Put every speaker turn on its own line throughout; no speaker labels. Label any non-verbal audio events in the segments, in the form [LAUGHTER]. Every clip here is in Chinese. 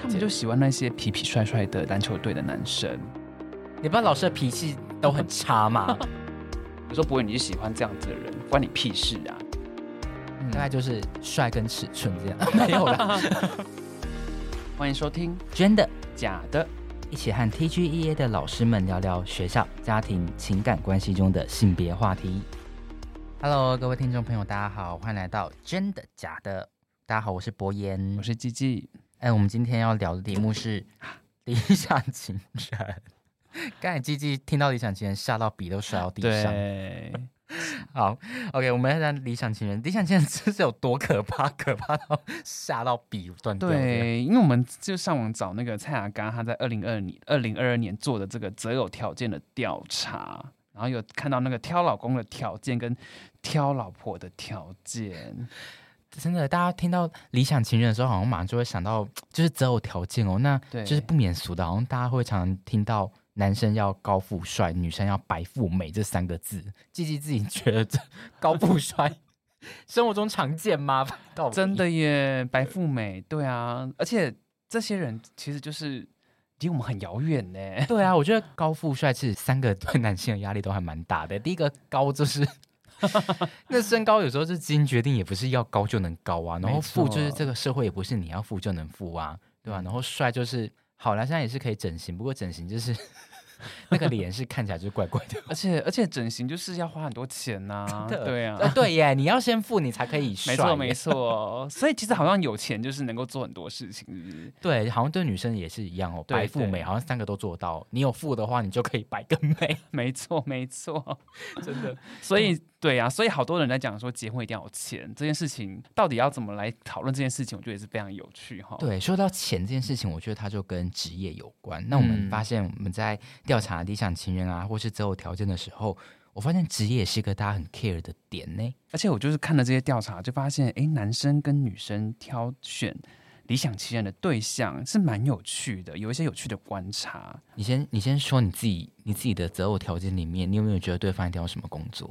他们就喜欢那些痞痞帅帅的篮球队的男生。
你不知道老师的脾气都很差 [LAUGHS] 吗？
我说不会，你是喜欢这样子的人，关你屁事啊！嗯
大概就是帅跟尺寸这样， [LAUGHS] 没有啦。
欢迎收听
真的，
假的，
一起和 TGEA 的老师们聊聊学校、家庭、情感关系中的性别话题。Hello，各位听众朋友，大家好，欢迎来到真的假的。大家好，我是博言
我。是鸡鸡。
哎，我们今天要聊的题目 [LAUGHS] 是理想情人。刚才鸡鸡听到理想情人，吓到笔都摔到地上。
对，
好，OK，我们来讲理想情人。理想情人这是有多可怕？可怕到吓到笔断掉。，
对，因为我们就上网找那个蔡雅刚他在二零二年、二零二二年做的这个择偶条件的调查，然后有看到那个挑老公的条件跟挑老婆的条件，
真的，大家听到理想情人的时候，好像马上就会想到就是择偶条件哦。那
对，
就是不免俗的，好像大家会常常听到男生要高富帅，女生要白富美这三个字。记记自己觉得这 [LAUGHS] 高富帅 [LAUGHS] 生活中常见吗？到底
真的耶，白富美，对啊，而且这些人其实就是离我们很遥远呢。
对啊，我觉得高富帅其实三个对男性的压力都还蛮大的。第一个高就是， [LAUGHS] 那身高有时候是基因决定，也不是要高就能高啊。然后
没
富就是
错
这个社会也不是你要富就能富啊，对
嗯
吧、然后帅就是好啦，现在也是可以整形，不过整形就是 [LAUGHS] 那个脸是看起来就是怪怪
[LAUGHS]
的。
而且而且整形就是要花很多钱呐、
真的
对
啊
啊，，
对耶，你要先富，你才可以帅
没
耶。
错没错，所以其实好像有钱就是能够做很多事情，是不是？
对，好像对女生也是一样哦。
对
白富
对
美好像三个都做到，你有富的话，你就可以白更美。 [LAUGHS]
没错没错，真的，
嗯
所以对啊，所以好多人在讲说结婚一定要有钱这件事情，到底要怎么来讨论这件事情，我觉得也是非常有趣哈。
对，说到钱这件事情，我觉得它就跟职业有关。那我们
嗯
发现我们在调查理想情人啊，或是择偶条件的时候，我发现职业也是一个大家很 care 的点呢。
而且我就是看了这些调查，就发现，诶，男生跟女生挑选理想情人的对象是蛮有趣的，有一些有趣的观察。
你先，你先说你自己，你自己的择偶条件里面，你有没有觉得对方一定要什么工作？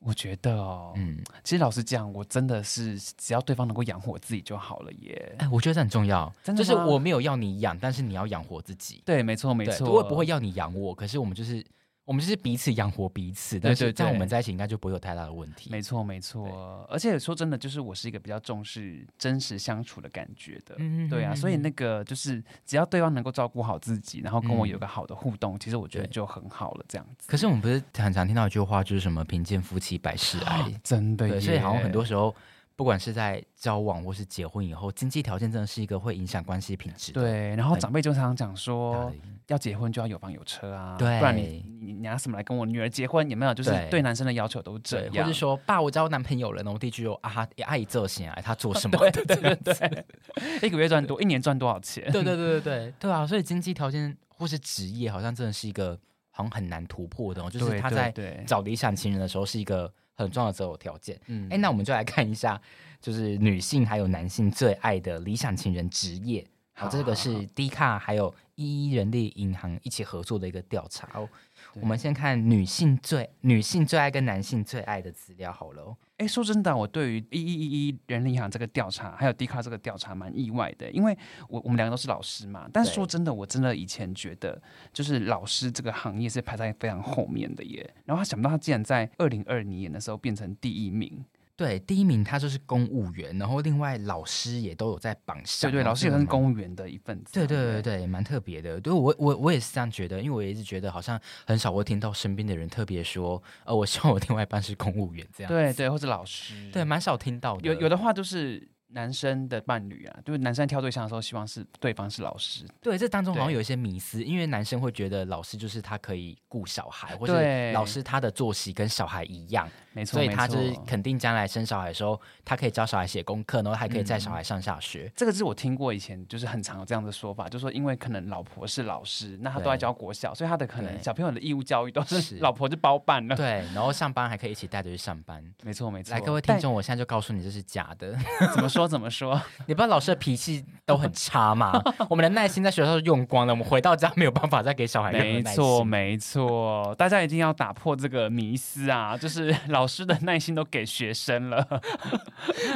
我觉得哦，
嗯，
其实老实讲，我真的是只要对方能够养活自己就好了耶。
哎，我觉得这很重要，
真的
就是
吗
我没有要你养，但是你要养活自己。
对，没错，没
对
错，
我也不会要你养我，可是我们就是我们就是彼此养活彼此，但
对
是
对
这样我
对
们在一起应该就不会有太大的问题。
没错，没错。而且说真的，就是我是一个比较重视真实相处的感觉的。
嗯
对啊，所以
嗯嗯
那个就是只要对方能够照顾好自己，然后跟我
嗯
有个好的互动，其实我觉得
对
就很好了。这样子，
可是我们不是很常听到一句话，就是什么“贫贱夫妻百事哀
啊真”，的耶，
哎所以好像很多时候，不管是在交往或是结婚以后，经济条件真的是一个会影响关系品质的
对，然后长辈就常常讲
大
说
的影，响。
要结婚就要有房有车啊，
对
不然你你你拿什么来跟我女儿结婚？有没有？就是
对
对男生的要求都是这
对，或
样，
者说爸，我交男朋友了，然后地区有啊，他阿姨这些啊，他做什么？ [LAUGHS] 对对对对
[LAUGHS] 一个月赚多，一年赚多少钱？
对对对对对啊！所以经济条件或是职业，好像真的是一个好像很难突破的、哦，就
对
是他在
对对
找理想情人的时候是一个很重要的择偶条件。
嗯
哎、那我们就来看一下，就是女性还有男性最爱的理想情人职业。好，
好
这个
好好
是 D 卡还有一一人力银行一起合作的一个调查哦。
对
我们先看女性最女性最爱跟男性最爱的资料好了哦。
哎，说真的，我对于一一一一人力银行这个调查，还有 d 卡这个调查蛮意外的，因为我我们两个都是老师嘛。但
对
说真的，我真的以前觉得，就是老师这个行业是排在非常后面的耶。然后他想不到，他竟然在二零二零年的时候变成第一名。
对，第一名他就是公务员，然后另外老师也都有在榜上
对
哦。
对，老师
这
也
个
是
蛮
公务员的一份子。
对对对对，蛮特别的。对我我我也是这样觉得，因为我也是觉得好像很少会听到身边的人特别说，呃，我希望我另外一半是公务员这样。
对对，或者老师。
对，蛮少听到的。
有有
的
的话就是男生的伴侣啊，就是男生挑对象的时候，希望是对方是老师。
对这当中好像
对
有一些迷思，因为男生会觉得老师就是他可以顾小孩，或是
对
老师他的作息跟小孩一样，
没错，
所以
没
他就是
错
肯定将来生小孩的时候，他可以教小孩写功课，然后还可以
嗯
载小孩上
[LAUGHS]
下学。
这个是我听过以前就是很常有这样的说法，就说因为可能老婆是老师，那她都在
对
教国小，所以她的可能
对
小朋友的义务教育都
是
是老婆就包办
[LAUGHS]
了。
对，然后上班还可以一起带着去上班。
没错没错。
来，各位听众，我现在就告诉你这是假的。 [LAUGHS]
但怎么说怎么说，
你不知道老师的脾气都很
[LAUGHS]
差吗？我们的耐心在学校用光了，我们回到家没有办法再给小孩任何
没
耐
错
心。
没错，大家一定要打破这个迷思啊！就是老 [LAUGHS] 师的耐心都给学生了， [LAUGHS]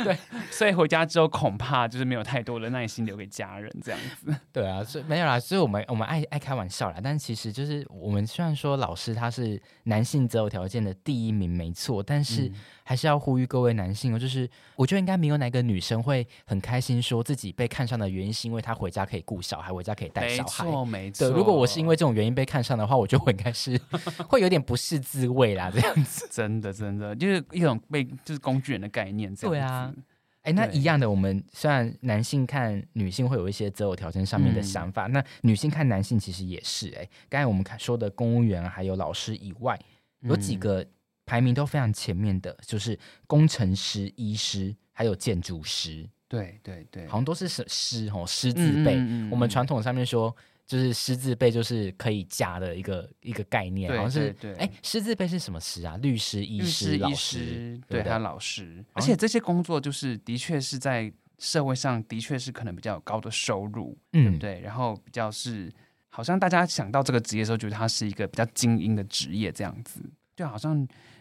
对，所以回家之后恐怕就是没有太多的耐心留给家人这样子。
对啊，所以没有啦，所以我们我们爱爱开玩笑啦，但其实就是我们虽然说老师他是男性择偶条件的第一名没错，但是
嗯
还是要呼吁各位男性哦，就是我觉得应该没有哪个女生会很开心说自己被看上的原因是因为她回家可以顾小孩，回家可以带
没
小孩。
错，没错
对，。如果我是因为这种原因被看上的话，我觉得我应该是 [LAUGHS] 会有点不是滋味啦，这样子。
[LAUGHS] 真的真的就是一种被就是工具人的概念这样子。
对啊，哎，那
对
一样的，我们虽然男性看女性会有一些择偶条件上面的
嗯
想法，那女性看男性其实也是、哎，刚才我们看说的公务员啊还有老师以外，有几
嗯
个排名都非常前面的，就是工程师、医师还有建筑师，
对对对，
好像都是师师哦，师字
嗯
辈。
嗯嗯
我们
嗯
传统上面说。就是师字辈，就是可以嫁的一个一个概念，
对
好像是
对对
哎，师字辈是什么师啊？律师、医
律
师、
师、
老
医
师
师，，
对
对，
不
还有
对？
老师，
好
而
像
且这些工作就是的确是在社会上的确是可能比较有高的收入，
嗯，
对，然后比较是好像大家想到这个职业的时候，觉得它是一个比较精英的职业这样子，就好像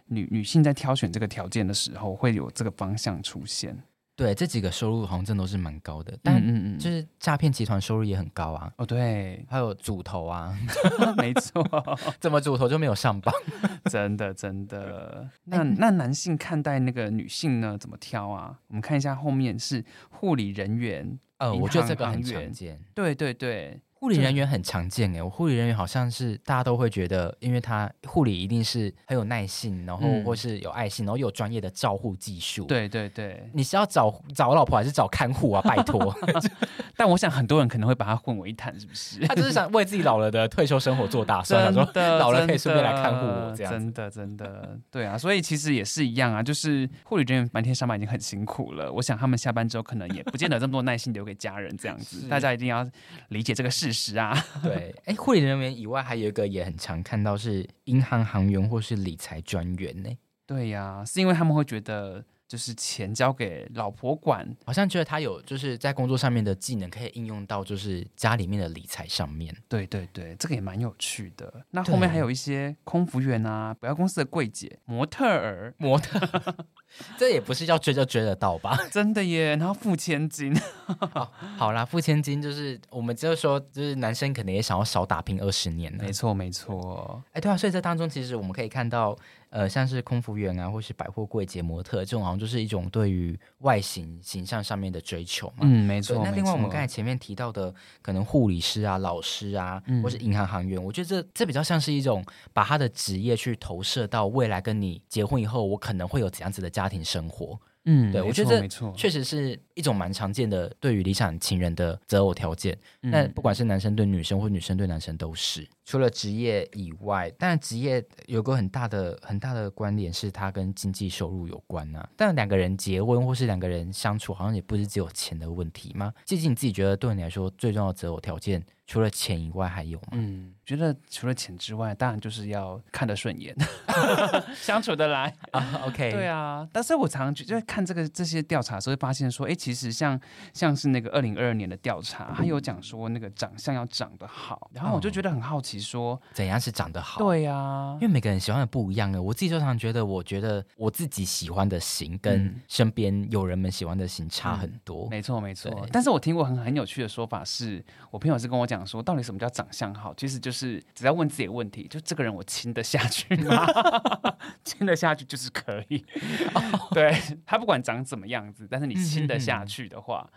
女女性在挑选这个条件的时候会有这个方向出现，
对，这几个收入好像真的都是蛮高的，但
嗯
就是是诈骗集团收入也很高啊，，
哦对 [LAUGHS]
还有主头啊，
没错，
怎么主头就没有上
[LAUGHS]
榜？
真的真的。哎那那男性看待那个女性呢，怎么挑啊？我们看一下后面是护理人员，
呃，
银
我觉得
行
这个很
行员
常见。
对对对，
护理人员很常见哎，我护理人员好像是大家都会觉得，因为他护理一定是很有耐性，然后
嗯
或是有爱心，然后又有专业的照护技术。，
对对对，
你是要找找老婆还是找看护啊？拜
[LAUGHS]
托，
但我想很多人可能会把它混为一谈，是不是？
他就是想为自己老了的退休生活做打算，啊
[LAUGHS]
想
真
说
的，
老了可以
真
顺便来
的
看护我这样子。
真的真的，对啊，所以其实也是一样啊，就是护理人员白天上班已经很辛苦了，我想他们下班之后可能也不见得这么多耐心留给家人这样
是
[LAUGHS] 子，大家一定要理解这个事实啊。
对，哎，护理人员以外还有一个也很常看到是银行行员或是理财专员呢。
[LAUGHS] 对呀、是因为他们会觉得就是钱交给老婆管，
好像觉得他有就是在工作上面的技能可以应用到就是家里面的理财上面。
对对对，这个也蛮有趣的。那后面还有一些空服员啊，百货公司的柜姐、模特儿， [LAUGHS]
模特， [LAUGHS] 这也不是要追就追得到吧？
真的耶，然后付千金，
好啦，付千金就是我们就说，就是男生可能也想要少打拼二十年呢
没。错没错，
哎，对啊，所以这当中其实我们可以看到，呃，像是空服员啊，或是百货柜姐、模特这种，好像就是一种对于外形形象上面的追求嘛。
嗯没
对
错。
那
没
另外我们
错
刚才前面提到的，可能护理师啊、老师啊，
嗯
或是银行行员，我觉得这这比较像是一种把他的职业去投射到未来跟你结婚以后，我可能会有怎样子的家庭生活。
嗯，
对我
没
觉得
错
这
没错，
确实是一种蛮常见的对于理想情人的择偶条件。那
嗯
不管是男生对女生或女生对男生都是。除了职业以外，但职业有个很大的很大的关联是它跟经济收入有关呐、但两个人结婚或是两个人相处，好像也不是只有钱的问题吗？毕竟你自己觉得对你来说最重要的择偶条件，除了钱以外还有 [LAUGHS] 吗？
嗯，觉得除了钱之外，当然就是要看得顺
[LAUGHS]
眼， [LAUGHS] 相处得来。
啊，OK，
对啊，但是我常常觉就在看这个这些调查的时候，会发现说，哎，其实像像是那个二零二二年的调查，它有讲说那个长相要长得好，然后我就觉得很好奇说，
怎样是长得哦好？
对啊
因为，每个人喜欢的不一样啊的，我自己就常觉得，我觉得我自己喜欢的型跟
嗯
身边友人们喜欢的型差很多。
没错没错
对。
但是我听过很很有趣的说法是，我朋友是跟我讲说，到底什么叫长相好？其实就是只要问自己的问题，就这个人我亲得下去吗？ [LAUGHS] 亲得下去就是可
[LAUGHS]
以。对他不管长怎么样子，但
嗯
是你亲得下去的话，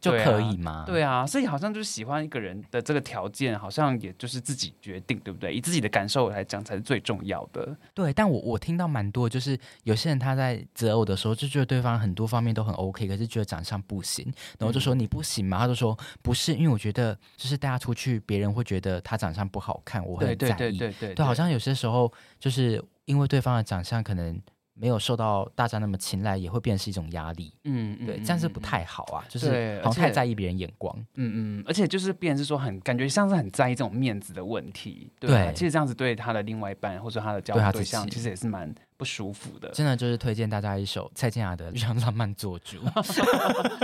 就
对啊
可以吗？
对啊，所以好像就是喜欢一个人的这个条件，好像也就是自己决定，对不对？以自己的感受来讲才是最重要的。
对，但我我听到蛮多，就是有些人他在择偶的时候就觉得对方很多方面都很 OK，可是觉得长相不行，然后
嗯
就说你不行嘛，他就说不是，因为我觉得就是带他出去，别人会觉得他长相不好看，我很在
对
意。
对对对对，
对，好像有些时候就是因为对方的长相可能没有受到大家那么青睐，也会变成是一种压力。
嗯嗯
对，
嗯
这样是
嗯
不
嗯
太好啊，就
对
是
而
好像太
且
在意别人眼光。
嗯嗯，而且就是变成是说很感觉像是很在意这种面子的问题，对啊
对
其实这样子对他的另外一半或者他的交
对他
往
自
对象，
己
其实也是蛮不舒服的，
真的就是推荐大家一首蔡健雅的《 [LAUGHS] 让浪漫做主》，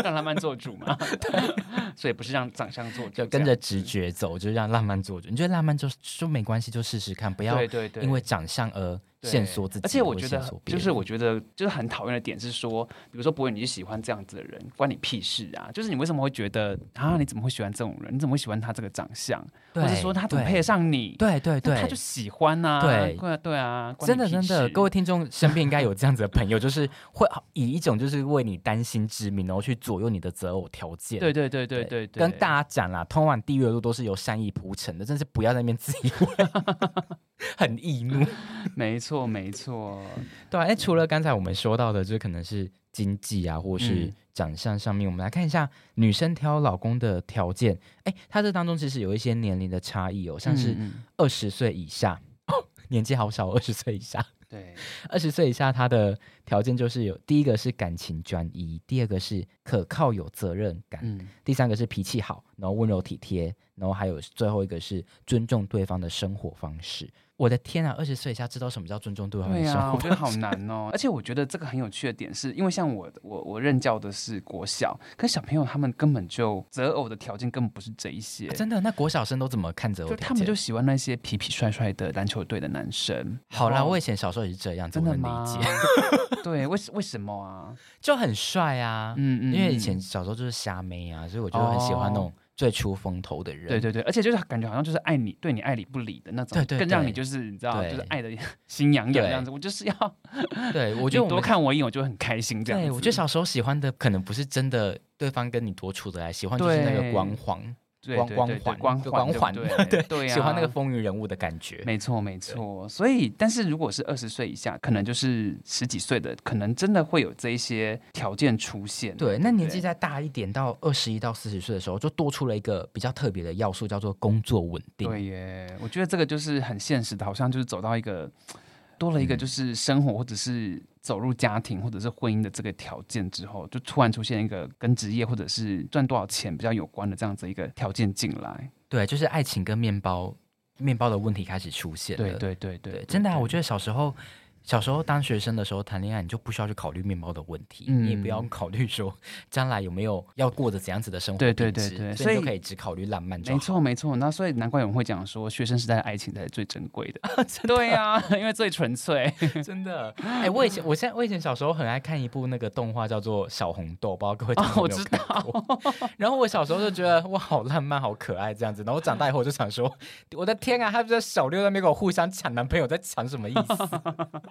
让他们做主嘛， [LAUGHS] 所以不是让长相做主，
就跟着直
觉，
觉走，就让浪漫做主。你觉得浪漫就就没关系，就试试看，不要
对对对，
因为长相而
对
限缩自己，
而且我
或
觉
限
得
缩，别
就是
人
我觉得就是很讨厌的点是说，比如说博远，你就喜欢这样子的人，关你屁事啊！就是你为什么会觉得啊，你怎么会喜欢这种人？你怎么会喜欢他这个长相？或
对
是说他怎么
对
配得上你？
对对
那
对，
他就喜欢呐、啊，
对
啊对啊，关
真
你
的
屁
真的，
事
各位听众身边应该有这样子的朋
[LAUGHS]
友，就是会以一种就是为你担心之名，然后去左右你的择偶条件。
对对对对对对，
跟大家讲啦，通往地狱的路都是由善意铺成的，真是不要在那边自以为 [LAUGHS] 很易怒。
没错没错，
对啊，哎，除了刚才我们说到的，就是可能是经济啊，或是
嗯
长相上面，我们来看一下女生挑老公的条件。哎，它这当中其实有一些年龄的差异哦，像是
嗯嗯
二十岁以下，哦年纪好小，二十岁以下。
对，
二十岁以下，他的条件就是有第一个是感情专一，第二个是可靠有责任感，
嗯
第三个是脾气好，然后温柔体贴，然后还有最后一个是尊重对方的生活方式。我的天啊，二十岁以下知道什么叫尊重对方的
对
生
啊，
活
我
方式？
觉得好难哦。而且我觉得这个很有趣的点是，因为像我我我任教的是国小，可小朋友他们根本就择偶的条件根本不是这一些。
啊真的，那国小生都怎么看择偶
就
条
他
件？
们就喜欢那些痞痞帅帅的篮球队的男生。
好啦，
然后
我以前小时候也是这样子，
真
我
的
能
吗
理解，？ [LAUGHS]
对，为什为什么啊？
就很帅啊。
嗯
因为以前小时候就是瞎妹啊，所以我就很喜欢那种最出风头的人。
哦对对对，而且就是感觉好像就是爱你，对你爱理不理的那种，
对对
更让
对
你就是你知道，
对
就是爱的 [LAUGHS] 心痒痒
对
这样子。我就是要，
[LAUGHS] 对，我
我
觉得我
多
们
看我一眼，我就很开心这样子。
对，我觉得小时候喜欢的可能不是真的对方跟你多处得来，喜欢就是那个
对
光环，
对
光
对
光
对对
环
光
[LAUGHS] 对光
环，对不
环
对对呀，
喜欢那个风云人物的感觉。
没错，没错。所以，但是如果是二十岁以下，可能就是十几岁的，可能真的会有这一些条件出现。
对，那
不
年纪再大一点，到二十一到四十岁的时候，就多出了一个比较特别的要素，叫做工作稳定。
对耶，我觉得这个就是很现实的，好像就是走到一个多
嗯
了一个就是生活，或者是走入家庭，或者是婚姻的这个条件之后，就突然出现一个跟职业或者是赚多少钱比较有关的这样子一个条件进来。
对，就是爱情跟面包，面包的问题开始出现了。
对对对
对
对，
真的啊，我
得
觉得小时候。小时候当学生的时候谈恋爱，你就不需要去考虑面包的问题，
嗯
你也不要考虑说将来有没有要过着怎样子的生活
对对
品质
对对
所
所
以你就
以
可以只考虑浪漫就
没
好。
错没错。那所以难怪有人会讲说，学生时代的爱情才是最珍贵的。
[LAUGHS]
对呀、因为最纯粹。
真的， [LAUGHS] 哎、我以前，我现在，我以前小时候很爱看一部那个动画，叫做《小红豆》，不知道各位听众有
哦
没有看过。然后我小时候就觉得哇，好浪漫，好可爱这样子。然后我长大以后，我就想说，我的天啊，他们这小六在那边跟我互相抢男朋友，在抢什么
[LAUGHS]
意思？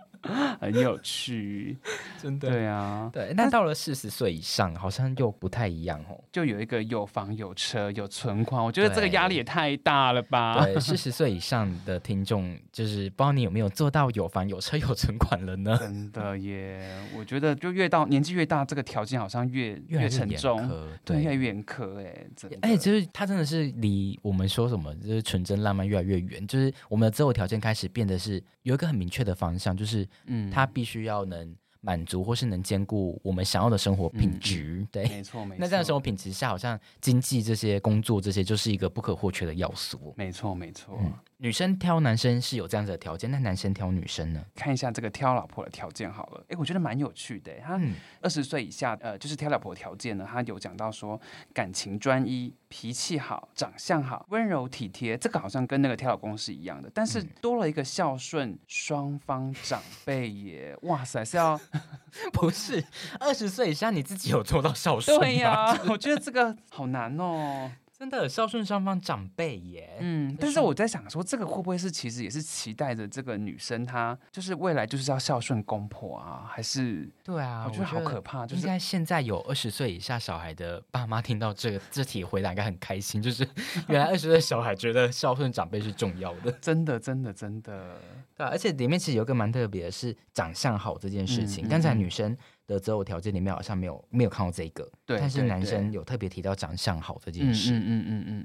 很有趣，
真的。
对啊，
[LAUGHS] 对那到了四十岁以上，好像又不太一样哦。
就有一个有房有车有存款，我觉得这个
对
压力也太大了吧？
对，四十岁以上的听众，就是不知道你有没有做到有房有车有存款了
[LAUGHS]
呢？
真的耶，我觉得就越到年纪越大，这个条件好像 [LAUGHS] 越
来
沉
严
重，
苛
对，
对
越来越严苛哎，真的。
哎、就是他真的是离我们说什么就是纯真浪漫越来越远，就是我们的择偶条件开始变得是有一个很明确的方向，就是
嗯
他必须要能满足或是能兼顾我们想要的生活品质。对，
没嗯错没错，
哎那这样的生活品质下，好像经济这些、工作这些就是一个不可或缺的要素。
没错没错。
嗯女生挑男生是有这样子的条件，那男生挑女生呢？
看一下这个挑老婆的条件好了，哎，我觉得蛮有趣的耶。他
嗯，
二十岁以下，呃，就是挑老婆的条件呢，他有讲到说感情专一、脾气好、长相好、温柔体贴，这个好像跟那个挑老公是一样的，但是多了一个孝顺双方长辈 [LAUGHS] 耶，哇塞，是要
[LAUGHS] 不是，二十岁以下你自己有做到孝顺吗？
对呀、我觉得这个好难 [LAUGHS] 哦。
[LAUGHS] 真的孝顺双方长辈耶。
嗯，但是我在想说，这个会不会是其实也是期待着这个女生她就是未来就是要孝顺公婆啊？还是
对啊，
我觉得好可怕，就
应
是
该现在有二十岁以下小孩的爸妈听到这个这题回答，应该很开心。就是 [LAUGHS] 原来二十岁小孩觉得孝顺长辈是重要的，
真的真的真的，
[LAUGHS] 对、啊而且里面其实有一个蛮特别的是长相好这件事情。
嗯嗯
刚才
嗯
女生的择偶条件里面好像没有没有看到这一个，
对
但是
对
男
对
生有特别提到长相好这件
嗯
事。
嗯嗯嗯嗯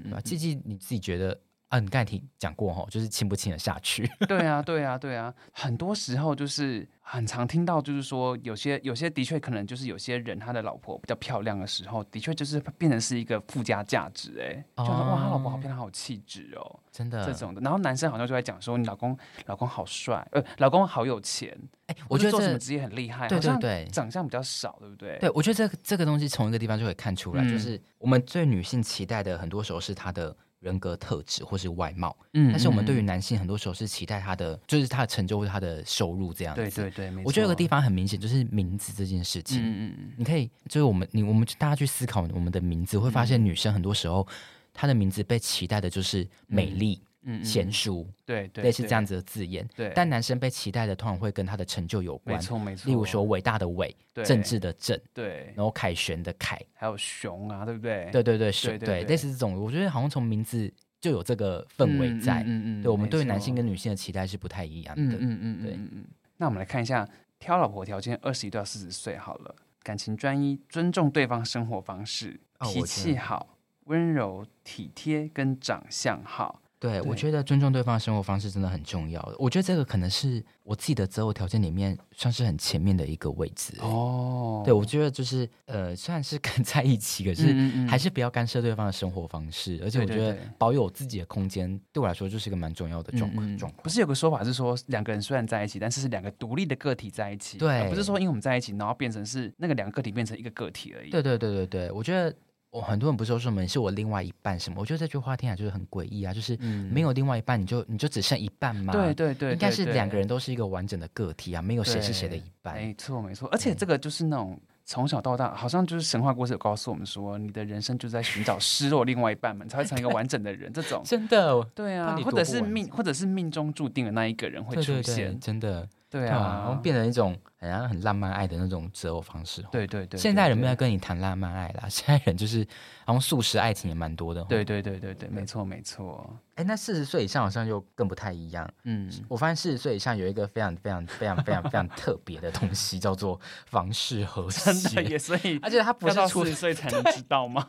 对
嗯
吧？季季你自己觉得啊？你刚才提讲过哈，就是亲不亲得下去。 [LAUGHS]
嗯， [LAUGHS] 对啊对啊对啊，很多时候就是很常听到，就是说有些有些的确可能就是有些人他的老婆比较漂亮的时候，的确就是变成是一个附加价值，哎，就是哇，他老婆好漂亮，好有气质哦。
真的
这种的。然后男生好像就在讲说，你老公老公好帅，呃，老公好有钱，
哎，
或
我
是
觉得
做什
这
么职业很厉害，
对
好
对
像
对
长相比较少，对不对？
对，我觉得这个这个东西从一个地方就可以看出来，就
嗯
是我们对女性期待的很多时候是她的人格特质或是外貌，
嗯
但是我们对于
嗯
男性很多时候是期待他的，就是他的成就或者他的收入这样子。
对对对，没
我觉得有个
错
地，方很明显，就是名字这件事情。
嗯嗯嗯，
你可以就是我们你我们大家去思考我们的名字，会发
嗯
现女生很多时候她的名字被期待的就是美丽、
嗯嗯
贤淑，
对对
类似这样
子，
子的字眼。
对，
但男生被期待的通常会跟他的成就有
没
关，
错没错，
例如说伟大的伟、
对
政治的政，
对，
然后凯旋的凯，
还有熊啊，对不对？
对对对，是
对对
对，
对
类似这种，我觉得好像从名字就有这个
嗯，
氛围在。
嗯
对我们对于男性
跟
跟女性的期待是不太一样
嗯
的。
嗯嗯
对
嗯嗯。那我们来看一下挑老婆条件，二十一到四十岁好了，感情专一，尊重对方生活方式，
哦
脾
我觉
气
得
好，温柔体贴，跟长相好。
对，我
对
觉得尊重对方的生活方式真的很重要。我觉得这个可能是我自己的择偶条件里面算是很前面的一个位置。
哦
对，我觉得就是呃，虽然是跟在一起，可是
嗯嗯嗯
还是不要干涉对方的生活方式，而且我
对
觉
对
得
对
保有自己的空间，对我来说就是一个蛮重要的状
嗯嗯
状况。
不是有个说法是说，两个人虽然在一起，但是是两个独立的个体在一起，
对
而不是说因为我们在一起，然后变成是那个两个个体变成一个个体而已。
对对对对对，我觉得我很多人不是说什么是我另外一半什么，我觉得这句话听起来就是很诡异啊，就是
嗯
没有另外一半，你就你就只剩一半嘛。
对对对，
应该是两个
人，
人都是一个完整的个体啊，没有谁是谁的
对
一半。
没错没错，而且这个就是那种。从小到大，好像就是神话故事有告诉我们说，你的人生就在寻找失落另外一半嘛，你才会成为一个完整的人。这种，
真的，
[LAUGHS] 对
怕
啊，
你
或
多
者
不
是
完
命，或者是命中注定的那一个人会
对
出
对对，
现。
真的，
对
干嘛然
啊
后，变成一种好像很浪漫爱的那种择偶方式。
对对对，
现在人
对
没有在跟你谈浪漫爱啦，现在人就是好像素食爱情也蛮多的。，
对对对对对，没错没错，
哎，那四十岁以上好像又更不太一样。
嗯，
我发现四十岁以上有一个非常非常非常非常非常特别的东西，叫做房事
[LAUGHS]
和
真的
谐。
也，所 [LAUGHS] 以
而且它不
要
是
到
出
四十岁才能知道吗？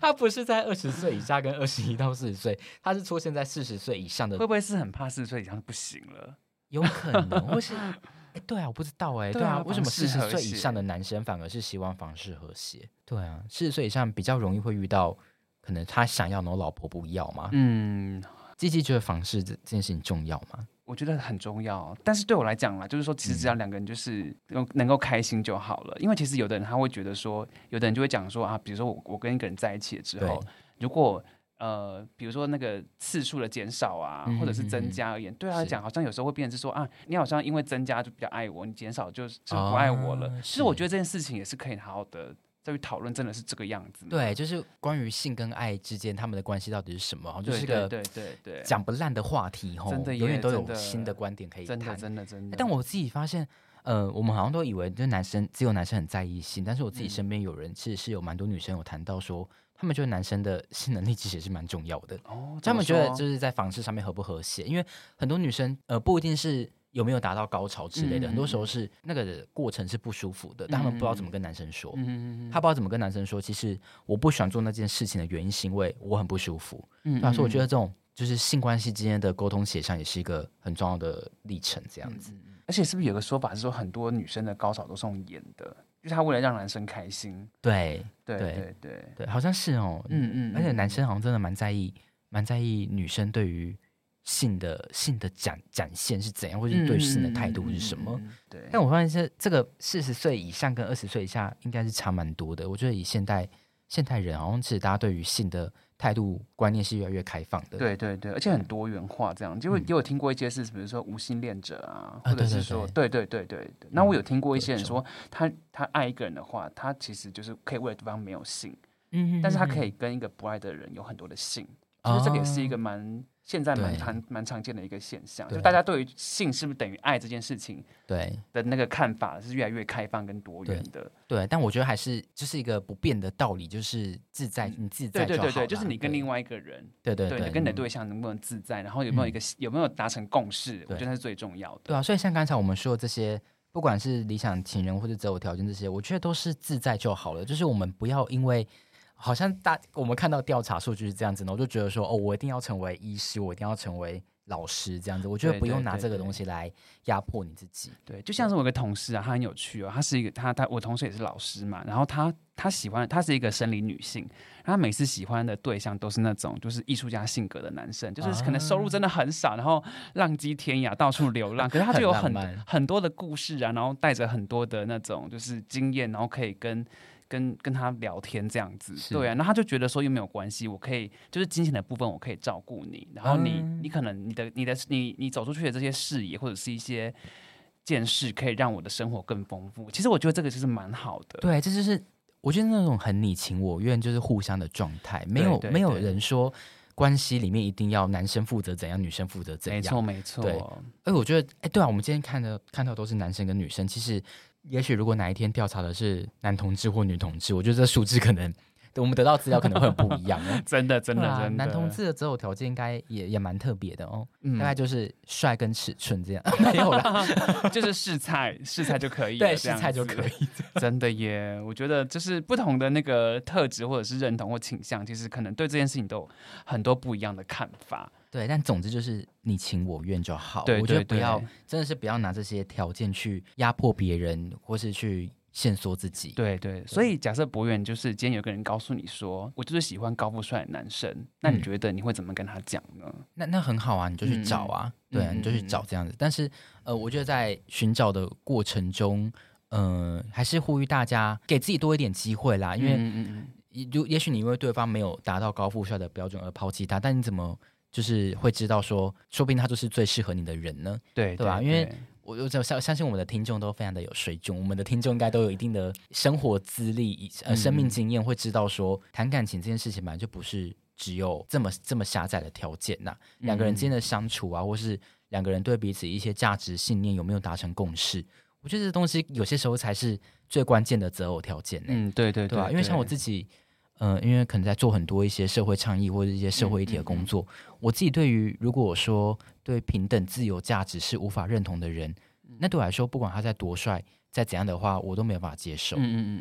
它不是在二十岁以下跟二十一到四十岁，它是出现在四十岁以上
[LAUGHS]
的
会，不会是很怕四十岁以上不行了？
有可
[LAUGHS]
能，或是。哎，对啊，我不知道哎、
对
对
啊
啊，为什
房
么
事
四十
和
岁
谐
以上的男生反而是希望房事和谐？对啊，四十岁以上比较容易会遇到，可能他想要，然后老婆不要嘛。
嗯，
鸡鸡觉得房事这这件事情重要吗？
我觉得很重要，但是对我来讲啦，就是说，其实
嗯
只要两个人就是能能够开心就好了。因为其实有的人他会觉得说，有的人就会讲说啊，比如说我我跟一个人在一起了之
对
后，如果呃，比如说那个次数的减少啊，
嗯
或者是
嗯嗯
增
嗯
加而言，对他来
是
讲，好像有时候会变成是说啊，你好像因为增加就比较爱我，你减少就是就不爱我了。
哦
其实我
是
觉得这件事情也是可以好好的再去讨论，真的是这个样子吗。
对，就是关于性跟爱之间他们的关系到底是什么，好像就是
对
个
对对对对，
讲不烂的话题吼，
真的
永
耶
远都
真
有
的
新的观点可以
真的
谈。
真的真的。
但我自己发现，呃，我们好像都以为就是男生只有男生很在意性，但是我自己
嗯
身边有人其实是有蛮多女生有谈到说，他们觉得男生的性能力其实也是蛮重要的，
哦，
他
怎么
们觉得
说
就是在房事上面和不和谐，因为很多女生呃不一定是。有没有达到高潮之类的，
嗯
很多时候是那个过程是不舒服的，但他们不知道怎
嗯
么跟男生说。
嗯嗯嗯嗯
他不知道怎么跟男生说，其实我不喜欢做那件事情的原因是因为我很不舒服。
嗯
对啊，所以我觉
得。
得这种就是性关系之间的沟通协商也是一个很重要的历程，这样子。
而且是不是有个说法是说，很多女生的高潮都是用演的，就是她为了让男生开心。
对
对
对
对对，
对，好像是哦，
嗯
嗯
嗯
嗯，而且
嗯
男生好像真的蛮在意，蛮在意女生对于性的性的展展现是怎样，或者是对性的态度是什么。
嗯？嗯嗯嗯嗯对，
但我发现这这个四十岁以上跟二十岁以下应该是差蛮多的。我觉得以现代现代人，好像其实大家对于性的态度观念是越来越开放的。
对对对，而且很多元化这样，就会也有听过一些是，比如说无性恋者啊，
嗯啊
或者
对
是
对嗯
说，对对对对对。那我有听过一
各
些人
种
说，他他爱一个人的话，他其实就是可以为了对方没有性，
嗯，嗯
但是他可
以，
以跟一个不爱的人有很多的性，所以这个也是一个蛮现在蛮
对
常蛮常见的一个现象，就
对
大家对于性是不是等于爱这件事情
对
的那个看法是越来越开放跟多元的。
对，但我觉得还是就是一个不变的道理，就是自在，
嗯
你自
对
在
对
好
对对，就是你跟另
外
外一个人，
对对
对，
对嗯
你跟你的对象能不能自在，然后有没有一个有没有达成共识，我
对
觉得那是最重要
对
的。
啊，所以像刚才我们说的这些，不管是理想情人或者择偶条件这些，我觉得都是自在就好了，就是我们不要因为。好像大我们看到调查数据是这样子，然后就觉得说哦，我一定要成为医师，我一定要成为老师这样子。我觉
对
得不用
对
拿
对
这个
对
东西来压迫你自己。
对，就像是我有个同事啊，他很有趣哦，他是一个他他我同事也是老师嘛，然后他他喜欢他是一个生理女性，他每次喜欢的对象都是那种就是艺术家性格的男生，就是可能收入
啊
真的很少，然后浪迹天涯到处流浪，可是他就有
很
很
浪漫
很多的故事啊，然后带着很多的那种就是经验，然后可以跟。跟跟他聊天这样子，
是
对啊，然后他就觉得说又没有关系，我可以就是金钱的部分我可以照顾你，然后你、
嗯
你可能你的你的你你走出去的这些视野或者是一些见识，可以让我的生活更丰富。其实我觉得这个其实蛮好的，
对，这就是我觉得那种很你情我愿，就是互相的状态，没有
对
没有
对
人说关系里面一定要男生负责怎样，女生负责怎
没
样。
错没
对
错，
哎，我觉得，哎，对啊，我们今天看的看到都是男生跟女生，其实也许如果哪一天调查的是男同志或女同志，我觉得这数字可能我们得到资料可能会很不一样哦。
真的 [LAUGHS] 真的
对啊
真的，
男同志的择偶条件应该也也蛮特别的哦， [LAUGHS]
嗯
大概就是帅跟尺
[LAUGHS]
寸这样，没有啦，
就是试菜试菜就可以了，
[LAUGHS] 对，
这
是
样
菜就
子
可以。
真的耶，我觉得就是不同的那个特质或者是认同或倾向，其实可能对这件事情都有很多不一样的看法。
对，但总之就是你情我愿就好。
对
我觉得
对
不
对
要，真的是不要拿这些条件去压迫别人，或是去限缩自己。
对对，所以假设博远就是今天有个人告诉你说，我就是喜欢高富帅的男生，那
嗯
你觉得你会怎么跟他讲呢？
那那很好啊，你就去找啊，
嗯
对啊，
嗯
你就去找这样子。但是呃，我觉得在寻找的过程中，呃，还是呼吁大家给自己多一点机会啦，因为
嗯嗯嗯
就、也许你因为对方没有达到高富帅的标准而抛弃他，但你怎么就是会知道说，说不定他就是最适合你的人呢？
对
对吧因为我我相相信我们的听众都非常的有水准，我们的听众应该都有一定的生活资历、以呃
嗯
生命经验，会知道说谈感情这件事情本来就不是只有这么这么狭窄的条件呐、两个人之间的相处啊，或是两个人对彼此一些价值信念有没有达成共识，我觉得这东西有些时候才是最关键的择偶条件呢、
嗯对对
对吧、因为像我自己，呃，因为可能在做很多一些社会倡议或者一些社会议
嗯
题的工作，我自己对于如果说对平等、自由、价值是无法认同的人，
嗯
那对我来说，不管他在多帅、再怎样的话，我都没有办法接受。
嗯嗯嗯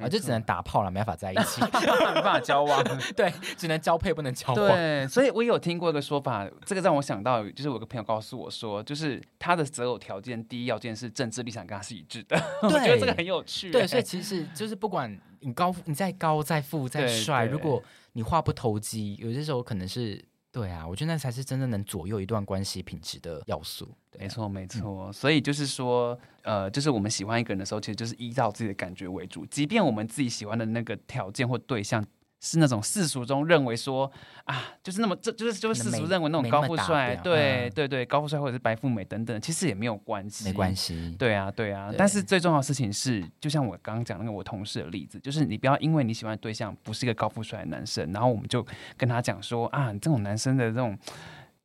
嗯，
啊，就只能打炮了，没办法在一
[LAUGHS]
起。
没办法交 [LAUGHS] 往。
对，只能交配，不能交 [LAUGHS] 换。
对，所以我有听过一个说法，这个让我想到，就是我有个朋友告诉我说，就是他的择偶条件第一要件是政治立场跟他是一致的， [LAUGHS] 我觉得这个很有趣、欸
对，所以其实就是不管你高富，你再高、再富、再
对
帅，
对
如果你话不投机，有些时候可能是对啊，我觉得那才是真正能左右一段关系品质的要素。对啊
[LAUGHS] 没，错没错，所以就是说，呃，就是我们喜欢一个人的时候，其实就是依照自己的感觉为主，即便我们自己喜欢的那个条件或对象。是那种世俗中认为说啊，就是那么这就是就是世
可能
俗
没
认为那种
没
高
那么
富
达
帅，
标
对
嗯
对对，高富帅或者是白富美等等，其实也没有关系，
没关系。
对啊，对啊，
对
但是最重要的事情是，就像我刚刚讲那个我同事的例子，就是你不要因为你喜欢的对象不是一个高富帅的男生，然后我们就跟他讲说啊，你这种男生的这种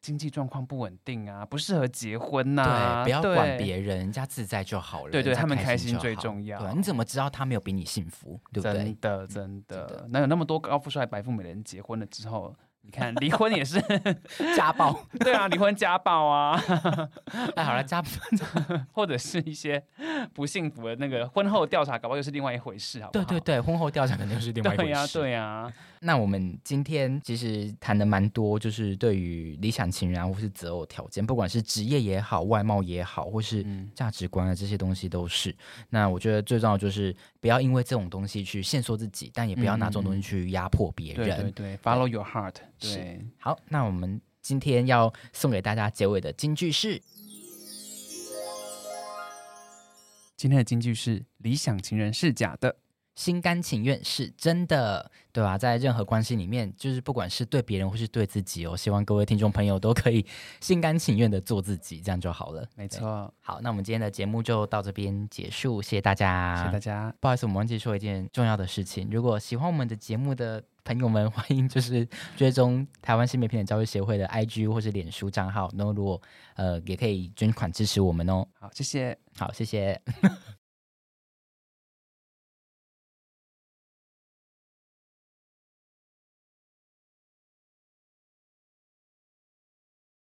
经济状况不稳定啊，不适合结婚呐、
对，不要管
啊对
别人，人家自在就好了。
对对
人家
他们开
心
心
就
最
好
重要
对啊，你怎么知道他没有比你幸福？对不对嗯
真？的真
真
的，哪有那么多高富帅白富美的人结婚了之后？你看，离婚也是 [LAUGHS]
家暴，
对啊，离婚家暴啊，
哎，好了，家暴，
或者是一些不幸福的那个婚后调查，搞不好又是另外一回事，好不
对
好？
对对，婚后调查肯定是另外一回
对
事。
呀、对啊呀、
那我们今天其实谈的蛮多，就是对于理想情人啊，或是择偶条件，不管是职业也好，外貌也好，或是
嗯
价值观啊，这些东西都是。那我觉得最重要就是不要因为这种东西去限缩自己，但也不要拿这种东西去压迫别
嗯对
人。
对对，Follow your heart，
是
对。
好，那我们今天要送给大家结尾的金句是：
今天的金句是：理想情人是假的。
心甘情愿是真的，对吧、在任何关系里面，就是不管是对别人或是对自己哦，希望各位听众朋友都可以心甘情愿的做自己，这样就好了。
没
对
错，
好，那我们今天的节目就到这边结束，谢谢大家，
谢谢大家。
不好意思，我们忘记说一件重要的事情。如果喜欢我们的节目的朋友们，欢迎就是追踪台湾性别平等教育协会的 IG 或是脸书账号。那如果呃，也可以捐款支持我们哦。
好，谢谢。
好，谢谢。